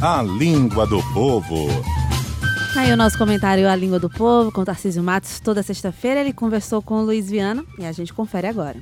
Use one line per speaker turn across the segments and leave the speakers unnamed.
A Língua do Povo.
Tá Aí o nosso comentário A Língua do Povo, com Tarcísio Matos. Toda sexta-feira ele conversou com o Luiz Viana e a gente confere agora.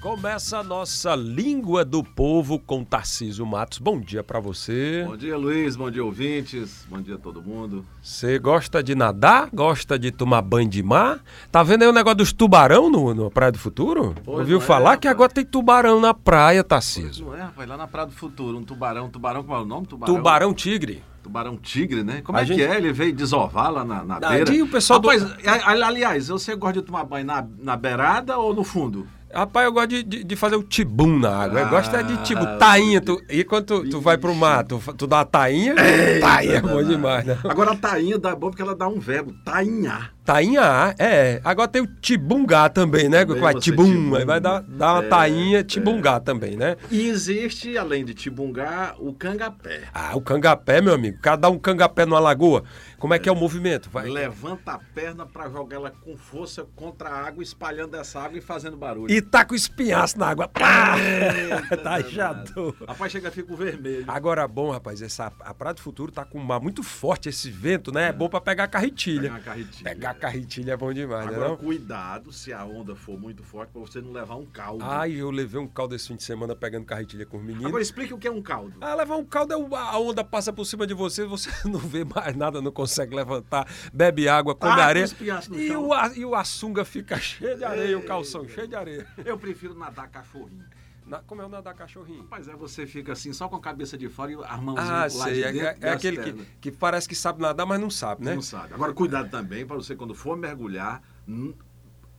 Começa a nossa Língua do Povo com Tarcísio Matos. Bom dia pra você.
Bom dia, Luiz. Bom dia, ouvintes. Bom dia, todo mundo.
Você gosta de nadar? Gosta de tomar banho de mar? Tá vendo aí o negócio dos tubarão no, no Praia do Futuro?
Pois
Ouviu
não é,
falar que
rapaz.
agora tem tubarão na praia, Tarcísio?
Não é, rapaz? Lá na Praia do Futuro, um tubarão. Tubarão, como é o nome? Tubarão.
Tubarão tigre.
Tubarão tigre, né? Como
A
é
gente-
que é? Ele veio desovar lá na, na
Ah,
beira.
e o pessoal do-
rapaz, a- a- aliás, você gosta de tomar banho na, na beirada ou no fundo?
Rapaz, eu gosto de, de- de fazer o tibum na água. Eu
Ah,
gosto é de tibu, tainha. Tu, e quando tu, tu vai pro mar, tu, fa- tu dá uma tainha, tainha é bom demais, né?
Agora a tainha dá bom porque ela dá um verbo, tainhar.
Tainha Tá A, é. Agora tem o tibungá também, né?
Também
vai
você
tibum,
tibum.
aí vai dar, dar uma
É,
tainha,
é.
tibungá também, né?
E existe, além de tibungá, o cangapé.
Ah, o cangapé, meu amigo. O cara dá um cangapé numa lagoa. Como é que é o movimento? Vai.
Levanta a perna pra jogar ela com força contra a água, espalhando essa água e fazendo barulho.
E taca o espinhaço na água. Pá!
Eita,
tá
danado.
jato.
Rapaz, chega, fica vermelho.
Agora bom, rapaz, essa, a Praia do Futuro tá com um mar muito forte, esse vento, né? É bom pra pegar carretilha.
Pegar uma carretilha.
Pegar carretilha é bom demais, né?
Agora,
não?
cuidado se a onda for muito forte pra você não levar um caldo.
Ai, eu levei um caldo esse fim de semana pegando carretilha com os meninos.
Agora, explique o que é um caldo.
Ah, levar um caldo, é o- a onda passa por cima de você, você não vê mais nada, não consegue levantar, bebe água, come
Taca
areia.
os pinhaços no
E
chão.
o, a- e o açunga fica cheio de areia, o calção cheio de areia.
Eu prefiro nadar cachorrinho.
Na- como é o nadar cachorrinho?
Mas é, você fica assim, só com a cabeça de fora e a mãozinha
Ah,
lá de
sei. É,
dentro.
é- é
das
aquele que,
pernas.
que parece que sabe nadar, mas não sabe, né?
Não sabe. Agora, cuidado também pra você, quando for mergulhar, n-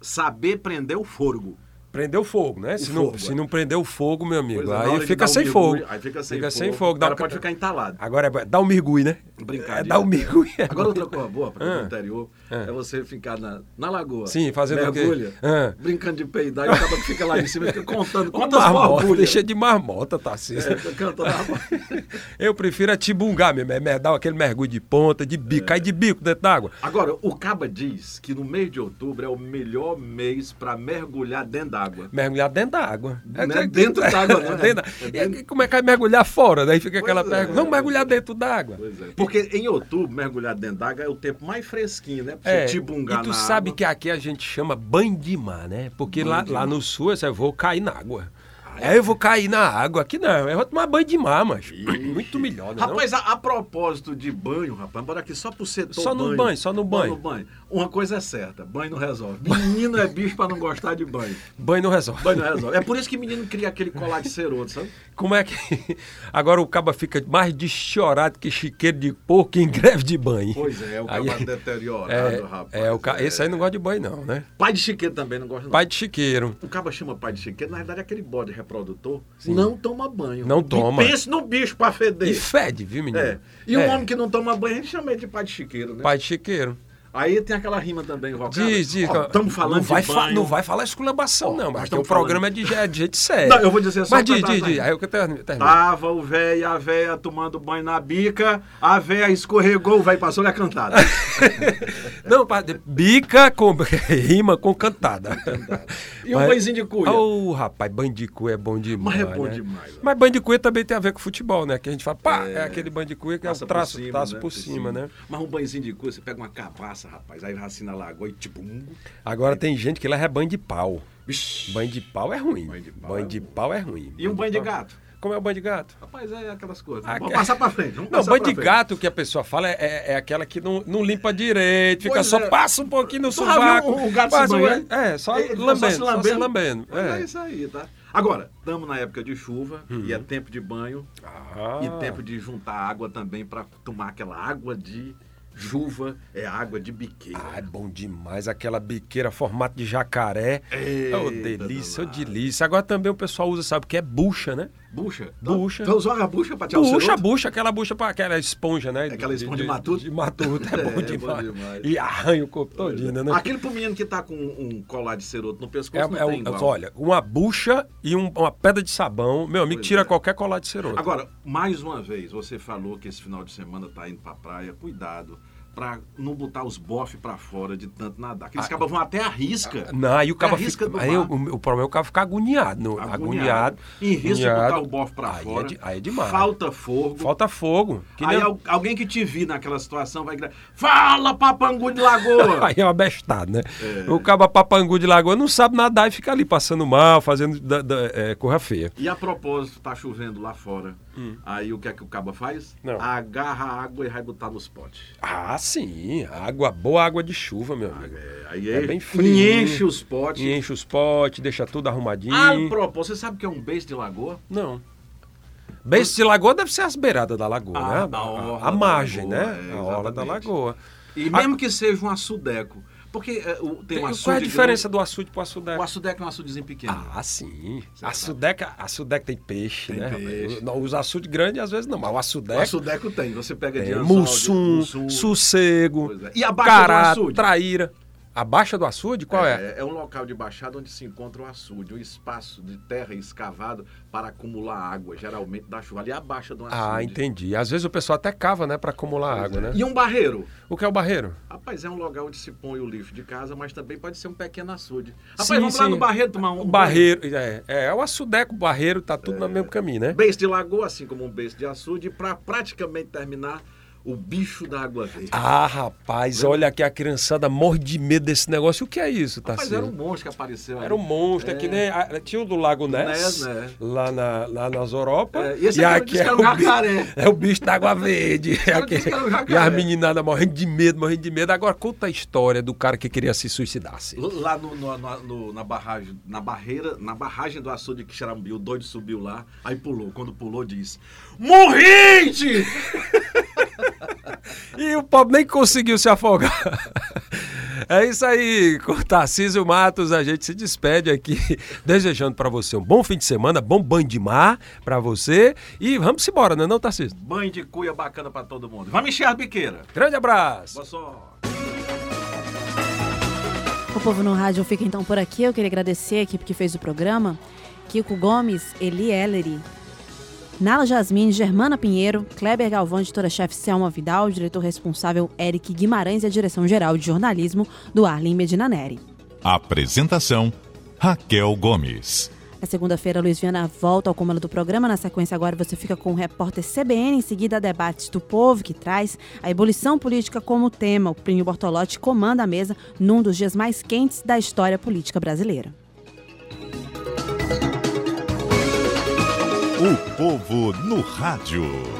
saber prender o fogo.
Prendeu fogo, né? Se não,
fogo,
se
é.
não prender o fogo, meu amigo,
Pois é, na hora
aí
de
fica
dar um
sem
mergulho,
fogo.
Aí fica sem
fica
fogo.
sem fogo.
O
dá
cara
um-
pode ficar entalado.
Agora é dá um mergulho, né?
Brincadeira.
É dar um mergulho.
Agora outra coisa boa para o interior é você ficar na, na lagoa.
Ah. Sim, fazendo o quê?
mergulha,
Ah.
brincando de peidar e acaba que fica lá em cima fica contando
Uma
quantas
marmota,
borbulhas.
deixa de marmota, tá Tarcísio.
É, cantando a mar-
Eu prefiro é tibungar mesmo, é mer- dar aquele mergulho de ponta, de
É.
bico, cair de bico dentro d'água.
Agora, o Caba diz que no mês de outubro é o melhor mês para mergulhar dentro d'água.
Mergulhar dentro da água.
Não é dentro da água, não, né?
Dentro da-
É dentro-
E Como é que vai mergulhar fora? Daí fica
Pois
aquela
é.
pergunta. Vamos mergulhar dentro da água.
Pois é. Porque em outubro, mergulhar dentro d'água é o tempo mais fresquinho, né? Pra
É,
você tibungar
e tu
na
sabe
água.
que aqui a gente chama banho de mar, né? Porque lá,
de Ah, é?
lá no sul, eu vou cair na água. Aí eu vou cair na água. Aqui não, eu vou tomar banho de mar, mas muito melhor, né? não?
Rapaz, a, a propósito de banho, rapaz, bora aqui só pro setor
Só no
banho.
banho, só no banho.
Uma coisa é certa, banho não resolve. Menino é bicho pra não gostar de banho.
Banho não resolve.
Banho não resolve. É por isso que menino cria aquele colar de ceroto, sabe?
Como é que. Agora o caba fica mais deschorado que chiqueiro de porco em greve de banho.
Pois é, o
Aí-
cavalo deteriorado,
É,
rapaz.
é, o ca... esse aí não gosta de banho, não, né?
Pai de chiqueiro também não gosta não.
Pai de chiqueiro.
O caba chama pai de chiqueiro, na verdade é aquele bode reprodutor não toma banho.
Não
E
toma.
Pensa no bicho pra
E
feder.
fede, viu, menino?
É. E
É,
um homem que não toma banho, a gente chama ele de pai de chiqueiro, né?
Pai de chiqueiro.
Aí tem aquela rima também, invocada.
Diz, diz.
Ó, Estamos falando
não vai
de
fa-
banho.
Não vai falar esculambação, não. Mas
nós
aqui o
tamo falando.
programa é de, é de gente séria.
Não, eu vou dizer só
Mas
pra Ah,
diz,
dar-
diz, diz. Aí eu que termino. termino.
Tava o véio e a véia tomando banho na bica, a véia escorregou, o véio passou na cantada.
Não, pá, de- bica com rima com cantada.
E um banhozinho de cuia?
Ô, rapaz, banho de cuia é bom demais.
Mas é bom
né?
demais, ó.
Mas banho de cuia também tem a ver com futebol, né? Que a gente fala, pá, é, aquele banho de cuia que é o
Passa
traço,
por cima,
traço
né?
por cima, né?
Mas um banhozinho de cuia, você pega uma cabaça, rapaz, aí vai assim na lagoa e tipo... um-
Agora tem gente que leva é banho de pau.
Vixe.
Banho de pau é ruim.
Banho de pau
Banho
é
de pau é ruim.
E um banho de
pau-
gato?
Como é o banho de gato?
Rapaz, é aquelas coisas.
Ah,
Vamos
que-
passar pra frente. Vamos
Não,
passar
banho
pra
de
frente.
gato que a pessoa fala é, é- é aquela que não, não limpa direito, fica
Pois
só
é.
passa um pouquinho no
Tu já viu
sovaco.
o- o gato
faz
se
um-
banhando?
É, só
Ele tá fica
lambendo,
se
só se lambendo.
Mas É.
é.
isso aí, tá? Agora, estamos na época de chuva e é tempo de banho
Uhum. Ah.
e tempo de juntar água também pra tomar aquela água de juva, é água de biqueira.
Ah, é bom demais aquela biqueira formato de jacaré.
Eita,
Ô, delícia, ô,
danado.
delícia. Agora também o pessoal usa, sabe o que é bucha, né?
Bucha?
Bucha.
Então usou a bucha pra tirar o
Bucha,
ceroto?
bucha, aquela bucha para aquela esponja, né?
Aquela esponja de matuto.
De matuto, é,
É,
bom,
é bom
demais.
demais. é.
E arranha o corpo todinho, né?
Aquele pro menino que tá com um colar de ceroto no pescoço
É,
não
é
tem
um-
igual.
olha, uma bucha e um- uma pedra de sabão, meu amigo,
Pois
tira
é.
qualquer colar de ceroto.
Agora, mais uma vez, você falou que esse final de semana tá indo pra praia. Cuidado. pra não botar os bofes pra fora de tanto nadar. Aqueles cabas vão até a risca.
Ah, Não, aí o
Até
cabo
é a risca
fica,
do
aí o,
mar.
o problema é o cabo ficar agoniado, no- agoniado.
Em risco de
agoniado.
botar o bofe pra
Aí é
fora.
de- aí é demais.
Falta fogo.
Falta fogo. Que
aí
nem-
al- alguém que te vi naquela situação vai gritar: Fala, papangu de lagoa!
Aí é uma bestada, né?
É.
O cabo papangu de lagoa não sabe nadar e fica ali passando mal, fazendo da, da- é, corra feia.
E a propósito, tá chovendo lá fora. Aí o que é que o caba faz?
Hum. Não.
Agarra a água e vai botar nos potes.
Ah, sim. Água, boa água de chuva, meu amigo.
É, aí
É
é-
bem frio.
enche os potes.
E enche os potes, deixa tudo arrumadinho.
Ah, a propósito, você sabe o que é um beijo de lagoa?
Não. Beijo de lagoa deve ser as beiradas da lagoa,
Ah,
né?
da
A-
orla
a, a
da
margem,
lagoa,
né?
é,
a orla da
exatamente.
lagoa.
E mesmo que seja um açudeco. Porque é, o- tem um açude.
Qual é a
grande-
diferença do açude pro açudeca?
O açudeco é um açudezinho pequeno.
Ah, sim.
sabe.
Açudeca, açudeca tem peixe,
Tem
né?
peixe.
rapaz? Não, Os açudes grandes às vezes não, mas o açudeca.
o açudeco tem. Você pega de
tem
anzol, de-
mussum, sossego,
Pois é. E a Baixa do
cará,
Açude?
traíra. A baixa do açude? Qual é?
É, um local de baixada onde se encontra o açude, um espaço de terra escavado para acumular água, geralmente da chuva. Ali abaixo do açude.
Ah, entendi. Às vezes o pessoal até cava, né, pra acumular
Pois
água,
é.
né?
E um barreiro?
O que é o barreiro?
Rapaz, é um lugar onde se põe o lixo de casa, mas também pode ser um pequeno açude. Rapaz,
Sim,
vamos lá
sim.
no barreiro tomar um. É.
O barreiro, é, é, é o açudeco, o barreiro, tá tudo no mesmo caminho, né?
Beijo de lagoa, assim como um beijo de açude, e para praticamente terminar, o bicho da água verde.
Ah, rapaz, olha aqui, a criançada morre de medo desse negócio. O que é isso,
Rapaz, era um
Tarcísio?
monstro que apareceu É,
Era um monstro, que nem a- tinha o do Lago Ness,
Ness, né?
lá, na, lá nas Europa.
É, e esse aqui diz que era um
o bi-
jacaré.
é o bicho da água verde. É
cara disse
aquele-
que era um jacaré.
e as meninadas morrendo de medo, morrendo de medo. Agora conta a história do cara que queria se suicidar. Cid.
Lá no- no- no- no- na barragem, na barreira, na barragem do açude que Xarambi, o doido subiu lá, aí pulou. Quando pulou, disse: Morrente!
E o pobre nem conseguiu se afogar. É isso aí, com Tarcísio Matos, a gente se despede aqui, desejando pra você um bom fim de semana, bom banho de mar pra você. E vamos embora, né, não, Tarcísio?
Banho de cuia bacana pra todo mundo. Vamos encher a biqueira.
Grande abraço!
Boa sorte.
O Povo no Rádio fica então por aqui. Eu queria agradecer a equipe que fez o programa. Kiko Gomes, Eli Ellery, Nala Jasmine, Germana Pinheiro, Kleber Galvão, editora-chefe Selma Vidal, o diretor responsável Eric Guimarães e a direção-geral de jornalismo do Arlin Medina Neri.
Apresentação: Raquel Gomes.
Na segunda-feira, Luiz Viana volta ao comando do programa. Na sequência, agora você fica com o repórter CBN, em seguida, debates do povo, que traz a ebulição política como tema. O Plínio Bortolotti comanda a mesa num dos dias mais quentes da história política brasileira.
O povo no rádio.